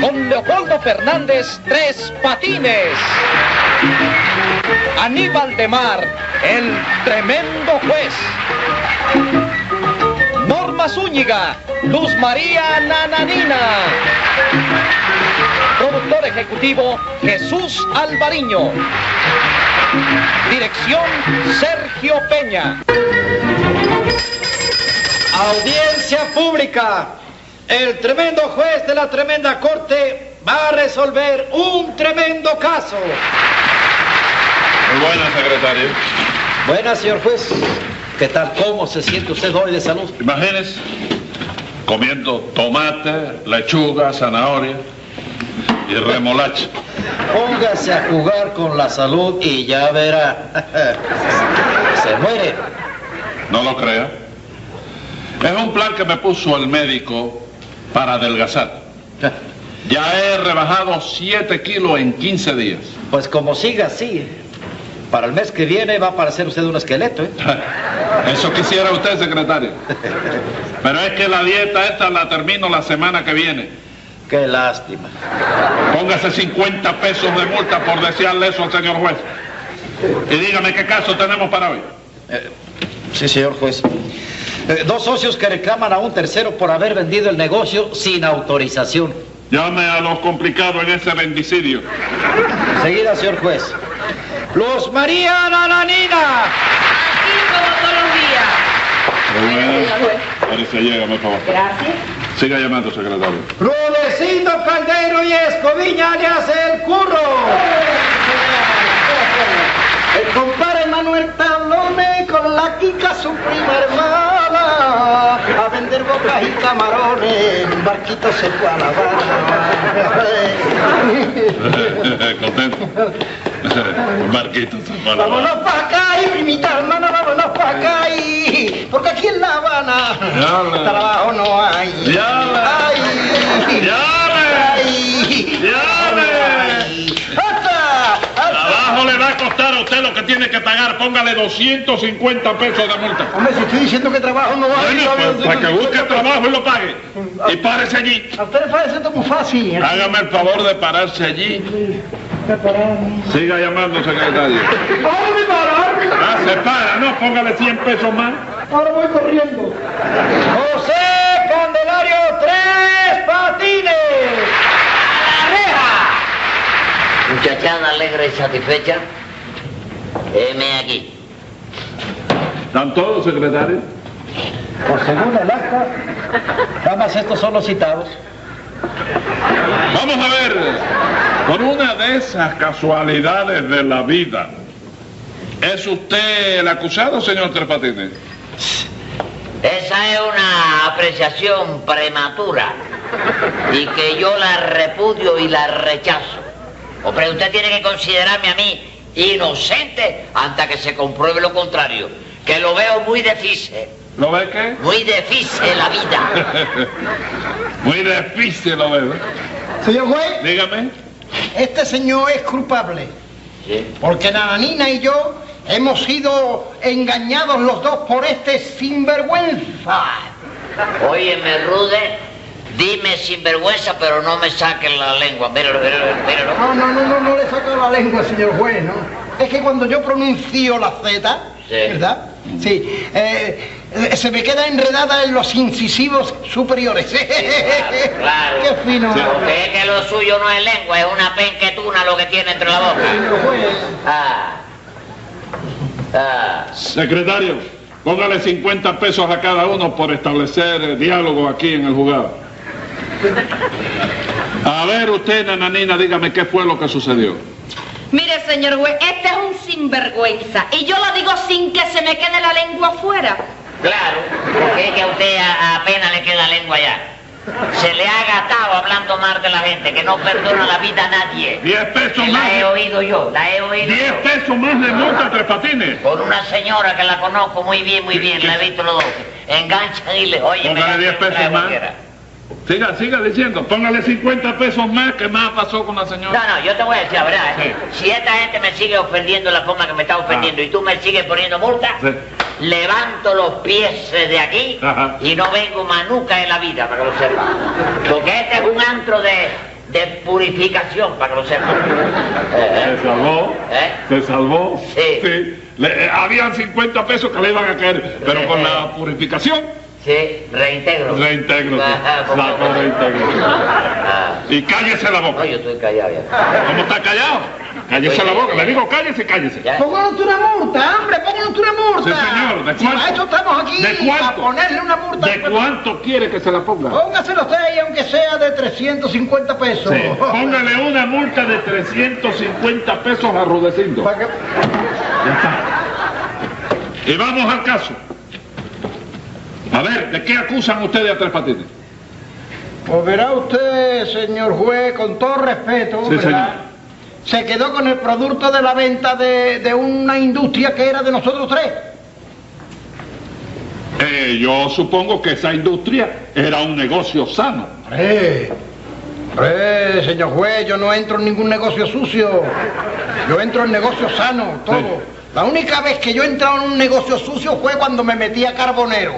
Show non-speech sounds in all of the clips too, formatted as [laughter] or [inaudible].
Don Leopoldo Fernández Tres Patines. Aníbal de Mar, el tremendo juez. Norma Zúñiga, Luz María Nananina. Productor ejecutivo Jesús Alvariño. Dirección Sergio Peña. Audiencia pública. El tremendo juez de la tremenda corte va a resolver un tremendo caso. Muy buena, secretario. Buenas, señor juez. ¿Qué tal? ¿Cómo se siente usted hoy de salud? Imagínese, comiendo tomate, lechuga, zanahoria y remolacha. Póngase a jugar con la salud y ya verá. se muere. No lo crea. Es un plan que me puso el médico para adelgazar. Ya he rebajado 7 kilos en 15 días. [laughs] Pues como siga así, para el mes que viene va a parecer usted un esqueleto, ¿eh? Eso quisiera usted, secretario. Pero es que la dieta esta la termino la semana que viene. Qué lástima. Póngase 50 pesos de multa por desearle eso al señor juez. Y dígame qué caso tenemos para hoy. Sí, señor juez. Eh, dos socios que reclaman a un tercero por haber vendido el negocio sin autorización. Llame a los complicados en ese bendicidio. Seguida, señor juez. Luz María Nananina. Aquí como todos los días. señor juez. Ahora se llega, por favor. Gracias. Siga llamando, [laughs] secretario. Rudecindo Caldero y Escoviña le hace el curro. El compadre Manuel Talone con la Kika, su prima hermana, a vender bocas y camarones, en un barquito se fue a la barra. Contento. Marquito, Vámonos para acá, y primita hermana, vámonos para acá, y- porque aquí en La Habana Diablo. trabajo no hay. Diablo. Ay. ¡Llame! Ay. ¡Llame! Ay. ¡Hasta! ¡Hasta! Abajo le va a costar a usted lo que tiene que pagar. Póngale 250 pesos de multa. Hombre, si estoy diciendo que trabajo no hay, Bueno, todavía pues, no- para que busque trabajo y lo pague. Y párese allí. A ustedes parece esto muy fácil. ¿eh? Hágame el favor de pararse allí. Siga llamando, secretario. ¡Ahora me parar! Ah, se para, ¿no? Póngale 100 pesos más. ¡Ahora voy corriendo! José Candelario Tres Patines. Muchachada alegre y satisfecha, heme aquí. ¿Están todos, secretario? Por según el acta, nada más estos son los citados. Vamos a ver, con una de esas casualidades de la vida, ¿es usted el acusado, señor Tres Patines? Esa es una apreciación prematura y que yo la repudio y la rechazo. Hombre, usted tiene que considerarme a mí inocente hasta que se compruebe lo contrario, que lo veo muy defice, ¿Lo ve qué? muy defice la vida. [laughs] Muy difícil lo veo. Señor juez, Dígame. este señor es culpable. Sí. Porque Nananina y yo eh, hemos sido engañados los dos por este sinvergüenza. Óyeme, Rude, dime sinvergüenza, pero no me saquen la lengua. Míralo, míralo, míralo. No, no, no, no, no le saca la lengua, señor juez, ¿no? Es que cuando yo pronuncio la Z, Sí. ¿verdad? Sí, eh, eh, se me queda enredada en los incisivos superiores. [laughs] Claro. Qué fino. Sí, porque es que lo suyo no es lengua, es una penquetuna lo que tiene entre la boca. Señor juez. Ah. Ah. Secretario, póngale 50 pesos a cada uno por establecer eh, diálogo aquí en el [laughs] juzgado. A ver usted, Nananina, dígame qué fue lo que sucedió. Mire, señor juez, este es un sinvergüenza. Y yo lo digo sin que se me quede la lengua afuera. Claro, porque es que a usted a- apenas le queda lengua ya. Se le ha gastado hablando mal de la gente, que no perdona la vida a nadie. 10 pesos Que más. La he oído yo, la he oído 10 yo. pesos más de multa, Tres Patines. Por una señora que la conozco muy bien, muy bien, la he visto los dos. Enganchan y le oye. me Póngale la 10 pesos trae más. cualquiera. Siga, siga diciendo, póngale 50 pesos más, que más pasó con la No, señora? no, yo te voy a decir la verdad. ¿eh? Si esta gente me sigue ofendiendo de la forma que me está ofendiendo Ah. y tú me sigues poniendo multa, Sí. levanto los pies de aquí Ajá. y no vengo más nunca en la vida, para que lo sepas. Porque este es de purificación, para que lo sepan. [laughs] Eh, Se salvó. ¿Eh? Se salvó. Sí. Le- eh, habían 50 pesos que le iban a caer, pero con la purificación, Sí, reintegro. reintegro. Ah, por Saco favor. reintegro. Ah, Y cállese la no, boca. yo estoy callado ya. ¿Cómo está callado? Cállese la boca. Le digo cállese, cállese. Ya. Pónganos una multa, hombre, pónganos una multa. Sí, señor, ¿de Si cuánto? para eso estamos aquí, ¿De cuánto? para ponerle una multa. ¿De cuánto quiere que se la ponga? Póngaselo usted, y aunque sea de 350 pesos. Sí. Póngale una multa de 350 pesos a Rudecindo. Para que- Y vamos al caso. A ver, ¿de qué acusan ustedes a Tres Patines? Pues verá usted, señor juez, con todo respeto, Sí, ¿verdad? señor. Se quedó con el producto de la venta de, de una industria que era de nosotros tres. Eh, yo supongo que esa industria era un negocio sano. ¡Eh! ¡Eh, señor juez! Yo no entro en ningún negocio sucio. Yo entro en negocio sano, todo. Sí. La única vez que yo he entrado en un negocio sucio fue cuando me metí a carbonero.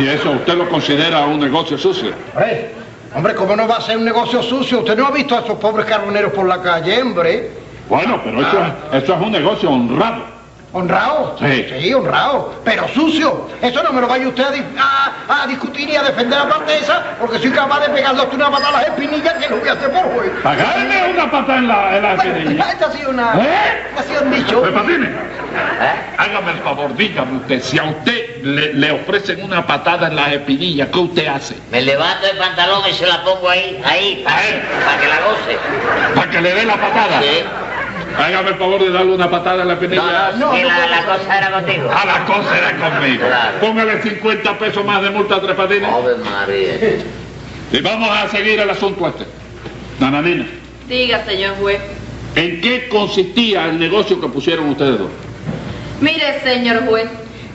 Y eso usted lo considera un negocio sucio. ¡Eh! Hombre, ¿cómo no va a ser un negocio sucio? Usted no ha visto a esos pobres carboneros por la calle, hombre. Bueno, pero eso, es- eso es un negocio honrado. ¿Honrado? Sí. honrado. Pero sucio. Eso no me lo vaya usted a, dis- a- a discutir y a defender aparte de esa, porque soy capaz de pegarle a usted una patada a las espinillas que lo voy a hacer por juez. Pagarme una patada en la, en la [laughs] Bueno, cerilla. esta ha sido una... Ah, ¿Eh? esta ha sido un dicho. Tres Patines, ¿Eh? hágame el favor, dígame usted, si a usted le, le ofrecen una patada en las espinillas, ¿qué usted hace? Me levanto el pantalón y se la pongo ahí, ahí, Ahí. Ah. ahí, para que la goce. ¿Para que le dé la patada? Sí. Hágame el favor de darle una patada en la No, espinilla. no, no, que no la, puedo. la cosa era contigo. A la cosa era conmigo. Claro. Oh. Póngale 50 pesos más de multa a Tres Patines. Ave María. Y vamos a seguir el asunto este. Nananina, Diga, señor juez. ¿en qué consistía el negocio que pusieron ustedes dos? Mire, señor juez,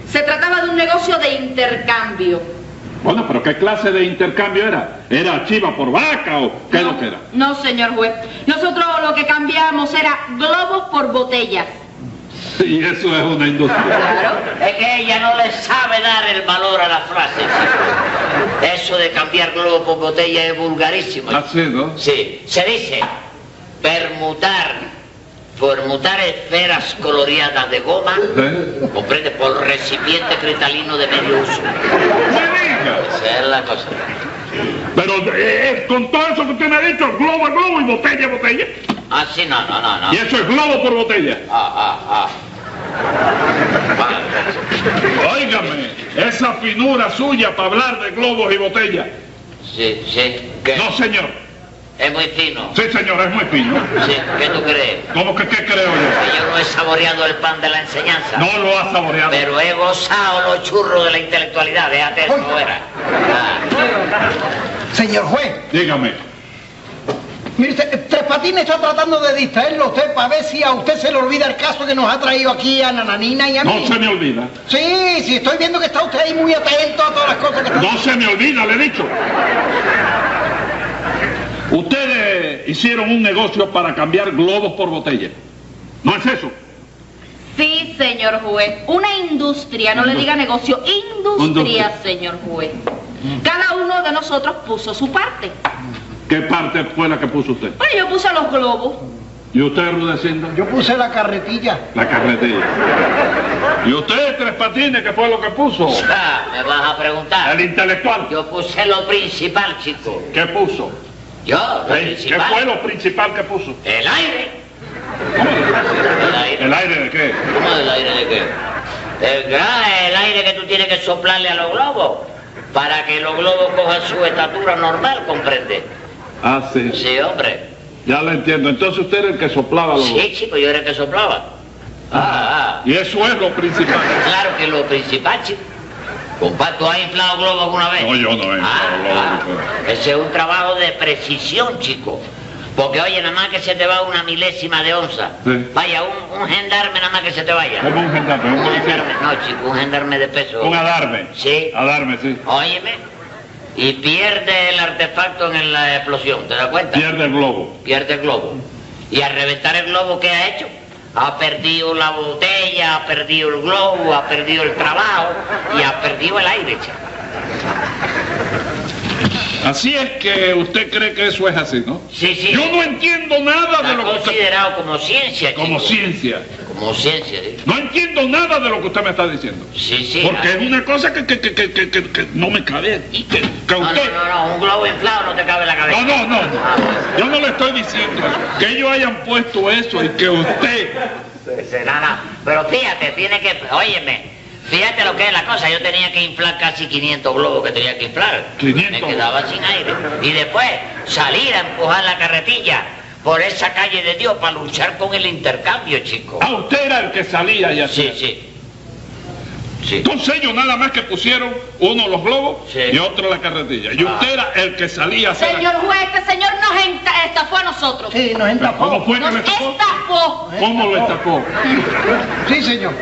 se trataba de un negocio de intercambio. Bueno, pero ¿qué clase de intercambio era? ¿Era chiva por vaca o qué es lo que era? No, señor juez. Nosotros lo que cambiábamos era globos por botellas. Y eso es una industria. Claro. Es que ella no le sabe dar el valor a la frase. chico. Eso de cambiar globo por botella es vulgarísimo. chico. Así, ¿no? Ah, Sí, se dice permutar. Permutar esferas coloreadas de goma, ¿Eh? comprende, por recipiente cristalino de medio uso. ¡Me diga! Esa es la cosa. Pero eh, eh, con todo eso que usted me ha dicho, globo a globo y botella a botella. Ah, sí, no, no, no, no. Y eso es globo por botella. Ah, ah, ah. Vale. Óigame, esa finura suya para hablar de globos y botellas. Sí, sí. ¿Qué? No, señor. Es muy fino. Sí, señor, es muy fino. Sí, ¿qué tú crees? ¿Cómo que qué creo yo? Que yo no he saboreado el pan de la enseñanza. No lo ha saboreado. Pero he gozado los churros de la intelectualidad, déjate eso fuera. Ah, Señor juez, Dígame. mire, usted, Tres Patines está tratando de distraerlo a usted para ver si a usted se le olvida el caso que nos ha traído aquí a Nananina y a No mí. se me olvida. Sí, sí, estoy viendo que está usted ahí muy atento a todas las cosas que están... No se me olvida, le he dicho. Ustedes hicieron un negocio para cambiar globos por botellas. ¿No es eso? Sí, señor juez. Una industria, no le diga negocio, industria, Industria. Mm. señor juez. Cada uno de nosotros puso su parte. ¿Qué parte fue la que puso usted? Bueno, yo puse los globos. ¿Y usted, Rudecindo? Yo puse la carretilla. La carretilla. ¿Y usted, Tres Patines, qué fue lo que puso? ah, me vas a preguntar. El intelectual. Yo puse lo principal, chico. ¿Qué puso? Yo, lo ¿Eh? ¿Qué principal. fue lo principal que puso? El aire. El aire. ¿El aire de qué? ¿Cómo el aire de qué? El, gran- el aire que tú tienes que soplarle a los globos. Para que los globos cojan su estatura normal, ¿comprende? Ah, sí. Sí, hombre. Ya lo entiendo. Entonces usted era el que soplaba los Sí, chico, yo era el que soplaba. Ah, ah. Y eso es lo principal. [laughs] Claro que lo principal, chico. Compadre, ¿tú has inflado globos alguna vez? No, yo no he inflado Ah, globos, ah. Ese es un trabajo de precisión, chico. Porque, oye, nada más que se te va una milésima de onza. Sí. Vaya, un, un gendarme nada más que se te vaya. Como un gendarme, un Un gendarme, policía. no, chico, un gendarme de peso. Un adarme. Sí. Adarme, sí. Óyeme. Y pierde el artefacto en la explosión, ¿te das cuenta? Pierde el globo. pierde el globo. Y al reventar el globo, ¿qué ha hecho? Ha perdido la botella, ha perdido el globo, ha perdido el trabajo y ha perdido el aire, chico. Así es que usted cree que eso es así, ¿no? Sí, sí. Yo no entiendo nada de Está lo que usted... considerado como ciencia, Como chico. ciencia. Como ciencia, ¿eh? No entiendo nada de lo que usted me está diciendo. Sí, sí. Porque ah. es una cosa que, que, que, que, que- que- que no me cabe aquí, que, que No, usted... no, no, no, un globo inflado no te cabe en la cabeza. No, no, no. no. Ah, bueno. Yo no le estoy diciendo que ellos hayan puesto eso y que usted... Dice, no, no. Pero fíjate, tiene que. Óyeme, fíjate lo que es la cosa. Yo tenía que inflar casi 500 globos que tenía que inflar. 500. Me quedaba sin aire. Y después salir a empujar la carretilla por esa calle de Dios para luchar con el intercambio, chico. Ah, usted era el que salía y así. Sí, sí. Sí. Entonces ellos nada más que pusieron uno los globos Sí. Ah. y otro la carretilla. Y usted era el que salía a hacer... Señor juez, este señor nos enta- estafó a nosotros. Sí, nos ¿Cómo entapó. fue que Nos me tapó? estafó. ¿Cómo lo estafó? Sí, señor.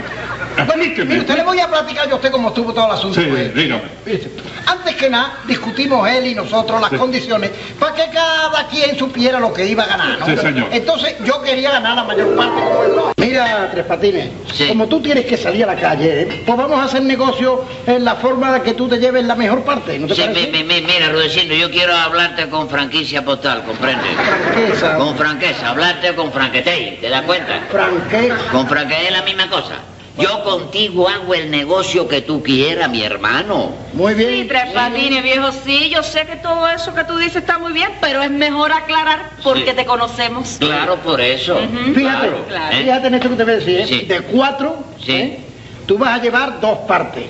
Mire, Explíqueme. usted le voy a platicar yo a usted cómo estuvo todo el asunto. Sí, pues. dígame. Fíjese, Antes que nada, discutimos él y nosotros las condiciones para que cada quien supiera lo que iba a ganar. ¿no? Sí, señor. Entonces, yo quería ganar la mayor parte. como él no. Mira, Tres Patines, Sí. como tú tienes que salir a la calle, ¿eh? pues vamos a hacer negocio en la forma de que tú te lleves la mejor parte, ¿no te Sí, mi- parece? mi- mi- mira, Rudecindo, yo quiero hablarte con franquicia postal, ¿comprende? Franqueza, Con franqueza, hablarte con franquetey, ¿te das cuenta? franqueza. Con franqueza es la misma cosa. Yo contigo hago el negocio que tú quieras, mi hermano. Muy bien. Sí, tres patines, viejo. Sí, yo sé que todo eso que tú dices está muy bien, pero es mejor aclarar porque Sí. te conocemos. Claro, por eso. Ujú. Fíjate, Claro, claro. ¿eh? fíjate en esto que te voy a decir, ¿eh? Sí. de cuatro, Sí. ¿eh? tú vas a llevar dos partes.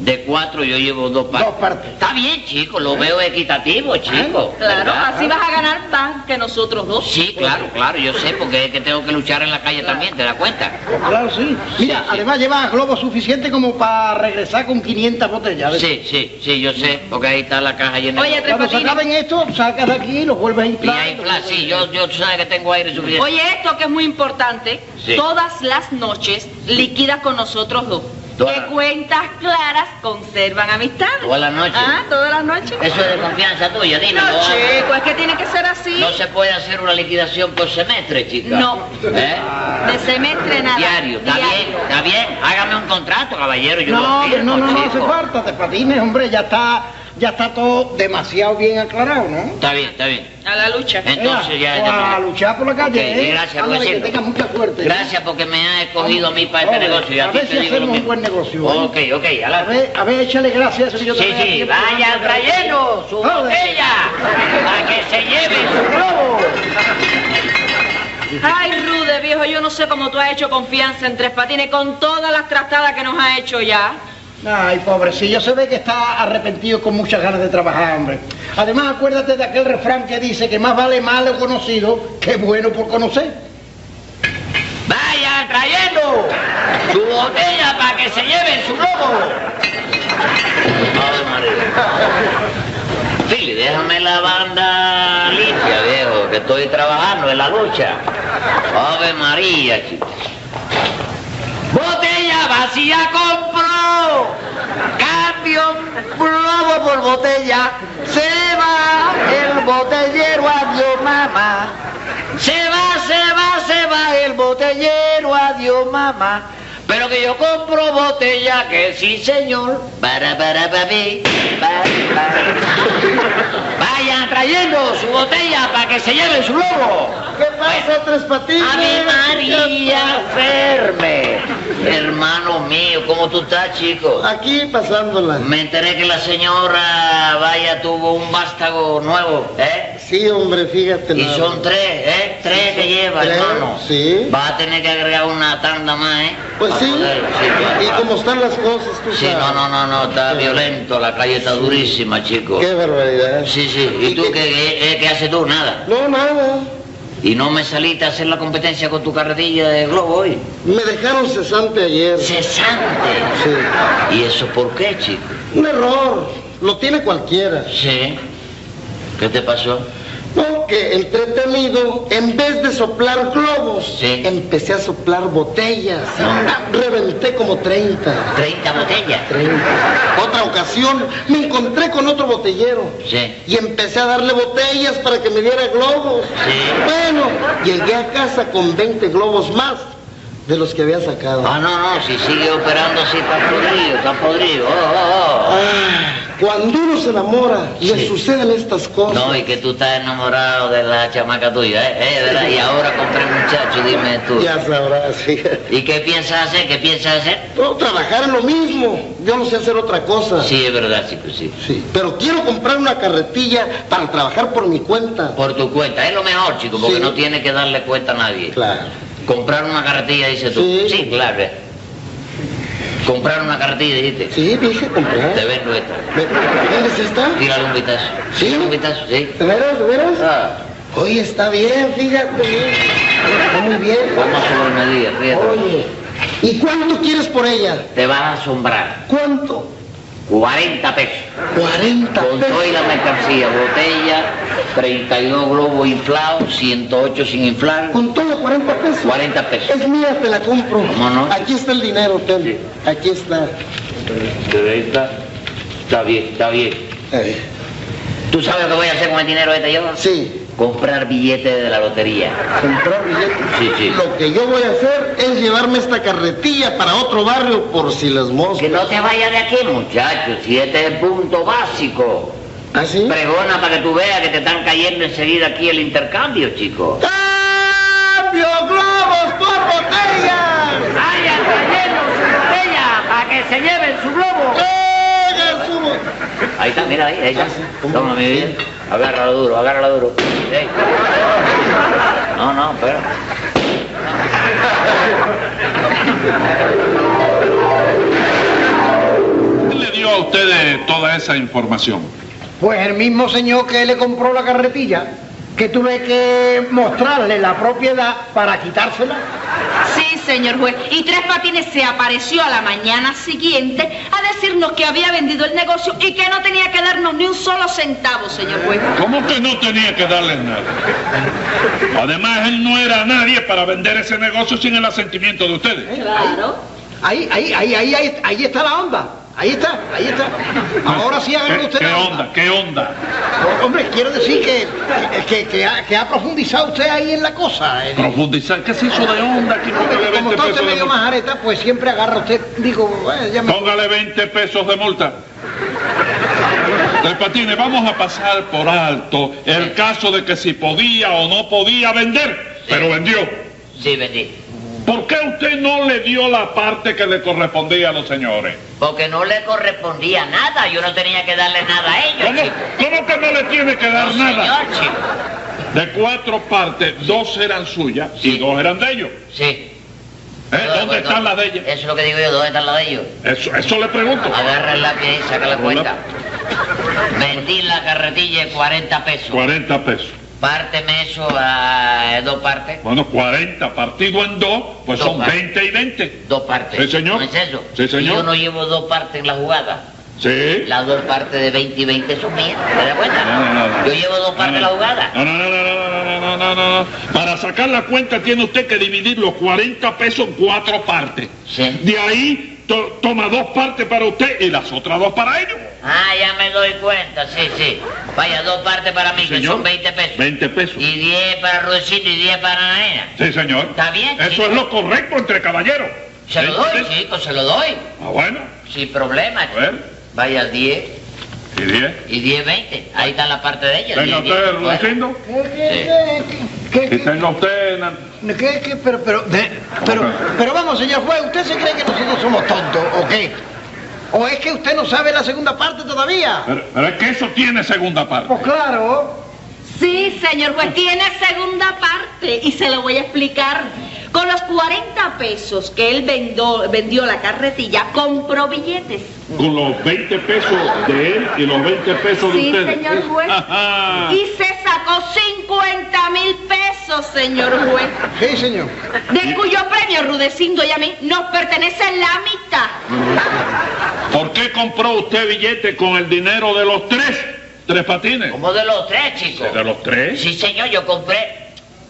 De cuatro yo llevo dos partes. Dos partes. Está bien, chico, lo veo equitativo, chico. Ah, Claro, ¿verdad? así vas a ganar más que nosotros dos. Sí, claro, claro, yo sé, porque es que tengo que luchar en la calle también, ¿te das cuenta? Claro, sí. Mira, Sí, sí. además llevas globos suficientes como para regresar con 500 botellas. ¿ves? Sí, sí, sí, yo sé, porque ahí está la caja llena. de- Oye, Cuando se Patines. acaben esto, sacas de aquí y los vuelves a Y inflar. ahí, claro, sí, yo, yo tú sabes que tengo aire suficiente. Oye, esto que es muy importante, Sí. todas las noches liquida con nosotros dos. Todas. Que cuentas claras conservan amistad. Todas las noches. Ah, todas las noches. Eso es de confianza tuya, dime. No, ¿no? chico, es que tiene que ser así. No se puede hacer una liquidación por semestre, chica. No. ¿Eh? De semestre nada. Diario, está bien, Diario. está bien. Hágame un contrato, caballero. Yo No, lo hombre, firmo, no, no, no hace chico. falta, te patines, hombre, ya está, ya está todo demasiado bien aclarado, ¿no? Está bien, está bien. Eh, A la lucha. Entonces ya. Ea, a luchar por la calle, Ok, ¿eh? Gracias, Ándale, que Rudecindo. tengas mucha suerte. ¿eh? Gracias porque me has escogido a mí para este Hombre, negocio. y a ti ver te si digo lo hacemos un mismo. buen negocio, ¿eh? Ok, ok, a A la... ver, a ver, échale gracias. eso que yo Sí, también sí, aquí- vaya, trayendo su Joder. botella para que se lleve. ¡Bravo! eh. Ay, Rude, viejo, yo no sé cómo tú has hecho confianza en Tres Patines con todas las trastadas que nos ha hecho ya. Ay, pobrecillo, se ve que está arrepentido con muchas ganas de trabajar, hombre. Además, acuérdate de aquel refrán que dice que más vale malo conocido que bueno por conocer. Vaya, trayendo su botella para que se lleve su lobo. Ave María. Fili, déjame la banda limpia, viejo, que estoy trabajando en la lucha. Ave María, chico. Botella vacía compró. Cambio globo por botella. Se va el botellero, adiós mamá. Se va, se va, se va el botellero, adiós mamá. Pero que yo compro botella, que sí señor. Para, para, para mí. Para, para. Vayan trayendo su botella para que se lleven su globo. ¿Qué pasa, Tres Patines? Ave María Ferme. Hermano mío, ¿cómo tú estás, chico? Aquí pasándola. Me enteré que la señora Vaya tuvo un vástago nuevo, ¿eh? Sí, hombre, fíjate. Y nada son más. tres, ¿eh? Tres que lleva, tres, hermano. sí. Va a tener que agregar una tanda más, ¿eh? Pues Pa' sí. poder- sí, claro. Y como están las cosas, tú Sí, sabes. no, no, no, no, está violento, la calle está durísima, chico. Qué barbaridad. Sí, sí. ¿Y tú qué, qué, qué haces tú? Nada. No, nada. ¿Y no me saliste a hacer la competencia con tu carretilla de globo hoy? Me dejaron cesante ayer. Cesante. Sí. ¿Y eso por qué, chico? Un error. Lo tiene cualquiera. Sí. ¿Qué te pasó? Porque entretenido, en vez de soplar globos, Sí. empecé a soplar botellas. No. Reventé como 30. 30 botellas. 30. Otra ocasión me encontré con otro botellero. Sí. Y empecé a darle botellas para que me diera globos. Sí. Bueno, llegué a casa con 20 globos más. de los que había sacado. Ah, no, no, si sigue operando así está podrido, está podrido. Oh, oh, Ah, cuando uno se enamora, le Sí. suceden estas oh. cosas. No, y que tú estás enamorado de la chamaca tuya, ¿eh? ¿Eh, verdad? Y ahora compré muchacho, dime tú. Ya sabrás, sí. ¿Y qué piensas hacer? ¿Qué piensas hacer? Pero trabajar es lo mismo. Yo no sé hacer otra cosa. Sí, es verdad, chico, sí. Sí, pero quiero comprar una carretilla para trabajar por mi cuenta. Por tu cuenta, es lo mejor, chico, porque Sí. no tiene que darle cuenta a nadie. Claro. Comprar una carretilla, dices tú. Sí. claro. eh. Comprar una carretilla, dijiste. Sí, ¿eh? dije Ah, Te comprar. vendo esta. Ve- ¿Ves esta? Tírale un vistazo. Sí. Tírale un vistazo, sí. ¿De veras, de veras? Ah, Oye, está bien, fíjate. Está muy bien. vamos a sobre medida, fíjate. Oye, ¿y cuánto quieres por ella? Te vas a asombrar. ¿Cuánto? 40 pesos. 40 Con pesos. todo y la mercancía, botella, 32 globos inflados, 108 sin inflar, Con todo, 40 pesos. 40 pesos. Es mía, te la compro. ¿Cómo no? Aquí está el dinero, ten. Aquí está. De esta, está bien, está bien. Eh, ¿Tú sabes lo que voy a hacer con el dinero este yo? sí, Comprar billetes de la lotería. comprar billetes. Sí, sí. Lo que yo voy a hacer es llevarme esta carretilla para otro barrio por si las Que moscas. no te vayas de aquí, muchachos, si este es el punto básico. ¿Ah, sí? Pregona para que tú veas que te están cayendo enseguida aquí el intercambio, chico. ¡Cambio globos por botella! ¡Vayan trayendo su botella para que se lleven su globo! ¡Venga, subo! Ahí está, mira, ahí, ahí está. Ah, sí, ¿cómo? Toma, mi vida. Agárralo duro, agárralo duro. Ey. No, no, espera. ¿Quién le dio a ustedes toda esa información? Pues el mismo señor que le compró la carretilla, que tuve que mostrarle la propiedad para quitársela. Sí, señor juez. Y Tres Patines se apareció a la mañana siguiente a decirnos que había vendido el negocio y que no tenía que darnos ni un solo centavo, señor juez. ¿Cómo que no tenía que darles nada? Además, él no era nadie para vender ese negocio sin el asentimiento de ustedes. Claro. Ahí, ahí, ahí, ahí, ahí, ahí está la onda. Ahí está, ahí está. Ahora sí hagan ¿Qué, usted qué la onda? ¿Qué onda? Hombre, quiero decir que, que, que ha, que ha profundizado usted ahí en la cosa. en- Profundizar. ¿Qué se hizo de onda aquí? Hombre, Póngale que como 20 está pesos usted de medio multa. más areta, pues siempre agarra usted, digo, bueno, ya me... Póngale 20 pesos de multa. Tres Patines, vamos a pasar por alto el caso de que si podía o no podía vender, pero vendió. Sí, vendí. ¿Por qué usted no le dio la parte que le correspondía a los señores? Porque no le correspondía nada, yo no tenía que darle nada a ellos, ¿Cómo, chico. cómo que no le tiene que dar No, nada? Señor, chico. De cuatro partes, dos eran suyas y Sí. dos eran de ellos. Sí. ¿Eh? Yo, ¿Dónde pues, están no, las de ellos? Eso es lo que digo yo, ¿dónde están las de ellos? Eso, eso le pregunto. Agarra el lápiz y saca la Hola. cuenta. Vendí la carretilla de 40 pesos. 40 pesos. Párteme eso a eh, dos partes. Bueno, 40 partido en dos, pues Dos son partes. 20 y 20. Dos partes. Sí, señor. ¿No es eso? Sí, señor. Y yo no llevo dos partes en la jugada. Sí. Las dos partes de 20 y 20 son mías. ¿Te das cuenta? No, no, no, no. Yo llevo dos partes de la No, no. jugada. No, no, no, no, no, no, no, no, no, no. Para sacar la cuenta tiene usted que dividir los 40 pesos en cuatro partes. Sí. De ahí to- toma dos partes para usted y las otras dos para ellos. Ah, ya me doy cuenta, sí, sí. Vaya, dos partes para mí, que Señor. son 20 pesos. 20 pesos. Y 10 para Rudecito y 10 para la nena. Sí, señor. Está bien, Eso chico. es lo correcto entre caballeros. Se lo ¿Eh? doy, chico, se lo doy. Ah, bueno. Sin problema. A ver. Vaya, 10 Y 10. y 10, 20. Ahí está la parte de ellos. Tenga 10, 10, usted, bueno. Rudecindo. ¿Qué, qué, qué, Y qué, tenga usted... Nan- qué, qué, qué? pero, pero, de- pero, pero vamos, señor juez, ¿usted se cree que nosotros somos tontos o qué? ¿O es que usted no sabe la segunda parte todavía? Pero, pero es que eso tiene segunda parte. Pues claro. Sí, señor juez, tiene segunda parte y se lo voy a explicar. Con los 40 pesos que él vendó- vendió la carretilla, compró billetes. Con los 20 pesos de él y los 20 pesos de Sí, ustedes. señor juez. Ajá. Y se sacó 50 mil pesos, señor juez, Sí, señor. de cuyo premio Rudecindo y a mí nos pertenece la mitad. ¿Por qué compró usted billete con el dinero de los tres? ¿Tres patines? Como de los tres, chicos. ¿De los tres? Sí, señor, yo compré.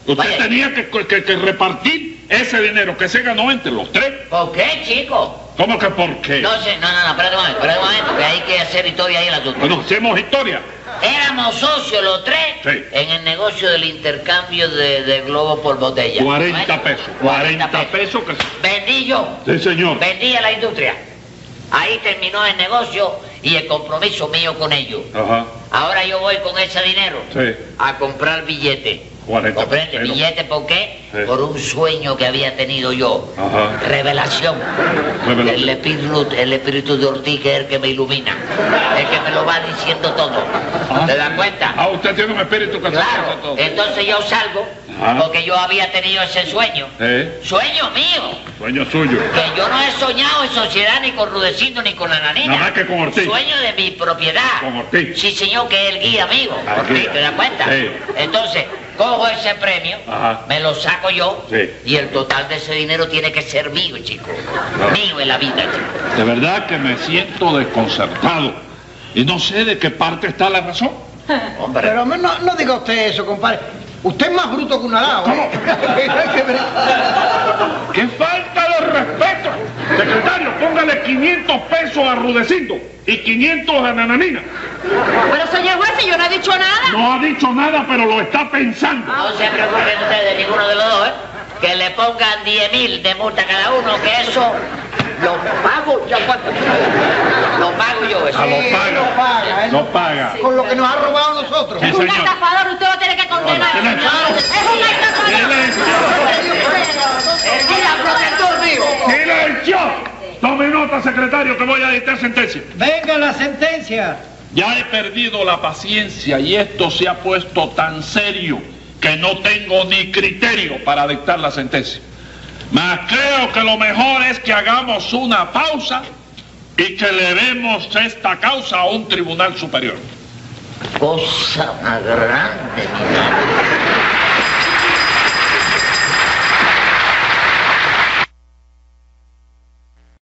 Usted Vaya. tenía que, que- que repartir ese dinero que se ganó entre los tres. ¿Por qué, chico? ¿Cómo que por qué? No sé, no, no, no, espérate un momento, espérate un momento, que hay que hacer historia ahí en la asunto. Bueno, hacemos historia. Éramos socios los tres Sí. en el negocio del intercambio de, de globos por botella. 40 pesos. 40 pesos que Vendí yo. Sí, señor. Vendí a la industria. Ahí terminó el negocio y el compromiso mío con ellos. Ajá. Ahora yo voy con ese dinero Sí. a comprar billetes. 40 ¿Comprende? pesos. ¿Billetes por qué? Sí. Ah. Por un sueño que había tenido yo. Ajá. Revelación. Revelación. El espíritu, el espíritu de Ortiz que es el que me ilumina. El que me lo va diciendo todo. ¿Te das cuenta? Ah, usted tiene un espíritu que sabe Claro, todo. entonces yo salgo Ajá. porque yo había tenido ese sueño. Sí. Sueño mío, Sueño suyo. que yo no he soñado en sociedad ni con Rudecindo ni con Ananina. Nada más que con Ortiz. Sueño de mi propiedad. Con Ortiz. Sí, señor, que es el guía amigo. Ah, Ortiz, guía. ¿te das cuenta? Sí. Entonces, cojo ese premio, Ajá. me lo saco yo Sí. y el total de ese dinero tiene que ser mío, chico. Claro. Mío en la vida, chico. De verdad que me siento desconcertado. Y no sé de qué parte está la razón. Hombre. Pero hombre, no, no diga usted eso, compadre. Usted es más bruto que un arao. ¿eh? [laughs] ¡Qué falta de respeto! Secretario, póngale 500 pesos a Rudecindo y 500 a Nananina. Pero señor juez, si yo no he dicho nada. No ha dicho nada, pero lo está pensando. No se preocupen ustedes, ninguno de los dos, ¿eh? Que le pongan 10 mil de multa a cada uno, que eso lo pago yo. ¿cuánto? Lo pago yo, eso. Ah, lo Sí, paga. lo paga, él No paga. Con lo que nos ha robado a nosotros. Sí, Es un señor. estafador, usted lo tiene que condenar. Bueno, señor. claro. Es un estafador. ¡Silencio! Tome nota, secretario, que voy a dictar sentencia. Venga la sentencia. Ya he perdido la paciencia y esto se ha puesto tan serio que no tengo ni criterio para dictar la sentencia. Mas creo que lo mejor es que hagamos una pausa y que le demos esta causa a un tribunal superior. Cosa más grande, mi madre.